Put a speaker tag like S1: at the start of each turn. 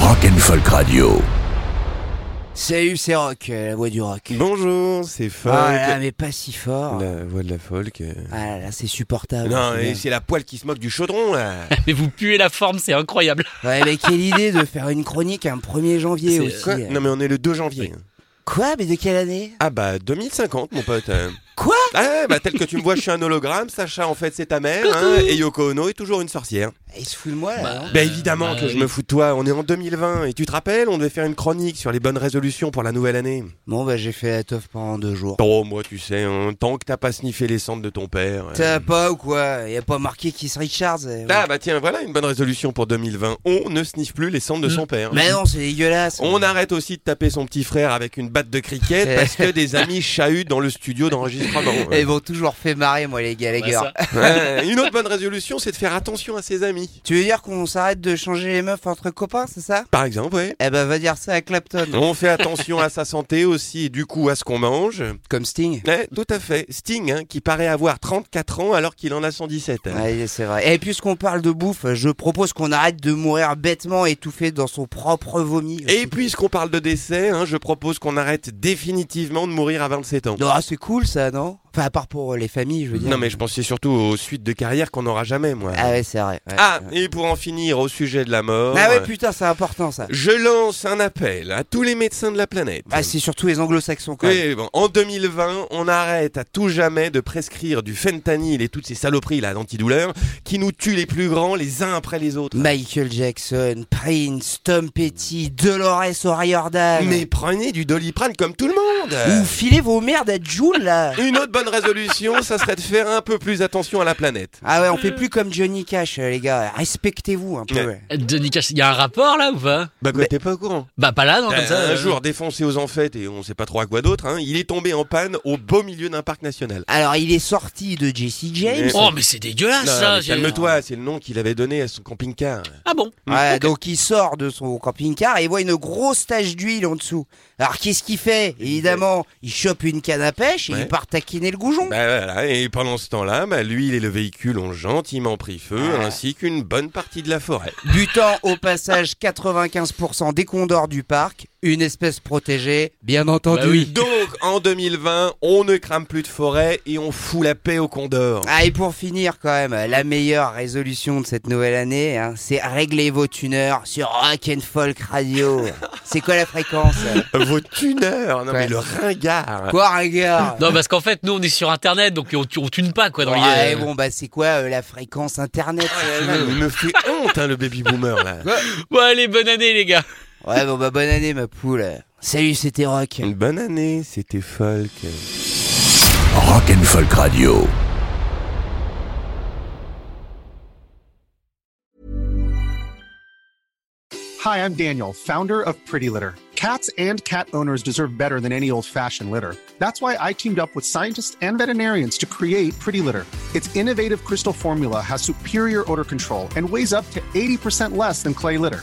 S1: Rock'n'Folk Radio.
S2: Salut, c'est Rock, euh, la voix du rock.
S3: Bonjour, c'est Folk.
S2: Ah là, mais pas si fort.
S3: La voix de la folk. euh.
S2: Ah là, là, c'est supportable.
S3: non,
S2: c'est
S3: mais
S2: bien.
S3: c'est la poêle qui se moque du chaudron, là.
S2: Ah,
S4: Mais vous puez la forme, c'est incroyable.
S2: Ouais, mais quelle idée de faire une chronique un 1er janvier
S4: C'est-
S2: aussi.
S3: Quoi Non, mais on est le 2 janvier.
S2: Quoi Mais de quelle année
S3: Ah bah, 2050, mon pote. euh.
S2: Quoi
S3: Ah bah, tel que tu me vois, je suis un hologramme. Sacha, en fait, c'est ta mère. hein, et Yoko Ono est toujours une sorcière.
S2: Il se fout de moi là. hein
S3: Bah, évidemment
S4: bah
S3: que je
S4: oui.
S3: me fous de toi. On est en 2020. Et tu te rappelles, on devait faire une chronique sur les bonnes résolutions pour la nouvelle année.
S2: Bon, bah j'ai fait la teuf pendant deux jours.
S3: Oh, moi, tu sais, hein, tant que t'as pas sniffé les cendres de ton père. euh.
S2: T'as pas ou quoi Y'a pas marqué Keith Richards euh,
S3: Ah bah, tiens, voilà une bonne résolution pour 2020. On ne sniffe plus les cendres de son père.
S2: Mmh. Mais Bah, non, c'est dégueulasse.
S3: On arrête aussi de taper son petit frère avec une batte de cricket parce que des amis chahutent dans le studio d'enregistrement.
S2: Ils m'ont toujours fait marrer, moi, les gars, les
S4: Ouais,
S2: gars.
S4: Bah, ça.
S3: Ouais, une autre bonne résolution, c'est de faire attention à ses amis.
S2: Tu veux dire qu'on s'arrête de changer les meufs entre copains, c'est ça
S3: Par exemple, ouais.
S2: Eh bah, va dire ça à Clapton.
S3: On fait attention à sa santé aussi et du coup à ce qu'on mange.
S2: Comme Sting.
S3: Ouais, tout à fait. Sting, hein, qui paraît avoir 34 ans alors qu'il en a 117. hein.
S2: Ouais, c'est vrai. Et puisqu'on parle de bouffe, je propose qu'on arrête de mourir bêtement étouffé dans son propre vomi.
S3: Et puisqu'on parle de décès, hein, je propose qu'on arrête définitivement de mourir à 27 ans.
S2: Non, Ah, c'est cool ça, non Enfin, à part pour euh, les familles, je veux dire.
S3: Non mais je pensais surtout aux suites de carrière qu'on n'aura jamais, moi.
S2: Ah ouais, c'est vrai. ouais.
S3: Ah, et pour en finir au sujet de la mort.
S2: Ah ouais,
S3: euh,
S2: putain, c'est important ça.
S3: Je lance un appel à tous les médecins de la planète.
S2: Ah, c'est surtout les anglo-saxons quand même.
S3: Oui, bon, en 2020, on arrête à tout jamais de prescrire du fentanyl et toutes ces saloperies là d'antidouleurs qui nous tuent les plus grands les uns après les autres.
S2: Michael Jackson, Prince, Tom Petty, Dolores O'Riordan.
S3: Mais euh, prenez du doliprane comme tout le
S2: Ou
S3: monde.
S2: filez vos merdes à June là.
S3: Une autre bonne résolution, ça serait de faire un peu plus attention à la planète.
S2: Ah ouais, on fait plus comme Johnny Cash, euh, les gars. Respectez-vous un peu.
S3: Ouais.
S2: ouais.
S4: Johnny Cash, il y a un rapport là ou pas
S3: Bah quoi, t'es pas au courant.
S4: Bah pas là, non, comme ça.
S3: un
S4: euh,
S3: jour défoncé aux enfêtes et on sait pas trop à quoi d'autre, hein, il est tombé en panne au beau milieu d'un parc national.
S2: Alors, il est sorti de Jesse James.
S3: Mais-
S4: Oh, mais c'est dégueulasse
S3: Non,
S4: ça.
S3: mais
S4: j'ai-
S3: Ah, Calme-toi, c'est le nom qu'il avait donné à son camping-car.
S4: Ah bon
S2: Ouais, donc il sort de son camping-car et il voit une grosse tache d'huile en dessous. Alors qu'est-ce qu'il fait Évidemment, il chope une canne à pêche et
S3: Ouais.
S2: il part taquiner le goujon.
S3: Bah voilà, et pendant ce temps-là, bah, l'huile et le véhicule ont gentiment pris feu,
S2: Ah.
S3: ainsi qu'une bonne partie de la forêt.
S2: Butant au passage 95% des condors du parc, une espèce protégée, bien entendu.
S4: Bah oui.
S3: Donc, en 2020, on ne crame plus de forêt et on fout la paix aux condors.
S2: Ah, et pour finir quand même, la meilleure résolution de cette nouvelle année, hein, c'est régler vos tuneurs sur Rock and Folk Radio. c'est quoi la fréquence
S3: Vos tuneurs, non
S2: Ah. Ouais.
S3: mais le ringard.
S2: Quoi, regarde
S4: Non, parce qu'en fait, nous on est sur internet, donc on, on tune pas quoi dans les-
S2: Ouais, bon bah c'est quoi euh, la fréquence internet si tu
S3: Ah,
S2: veux
S3: Il me fait honte, hein, le baby boomer là.
S4: Bon, allez, bonne année les gars.
S2: Ouais, bon bah bonne année ma poule. Salut, c'était Rock.
S3: Une bonne année, c'était folk.
S1: Rock'n'Folk Radio.
S5: Hi, I'm Daniel, founder of Pretty Litter. Cats and cat owners deserve better than any old fashioned litter. That's why I teamed up with scientists and veterinarians to create Pretty Litter. Its innovative crystal formula has superior odor control and weighs up to 80% less than clay litter.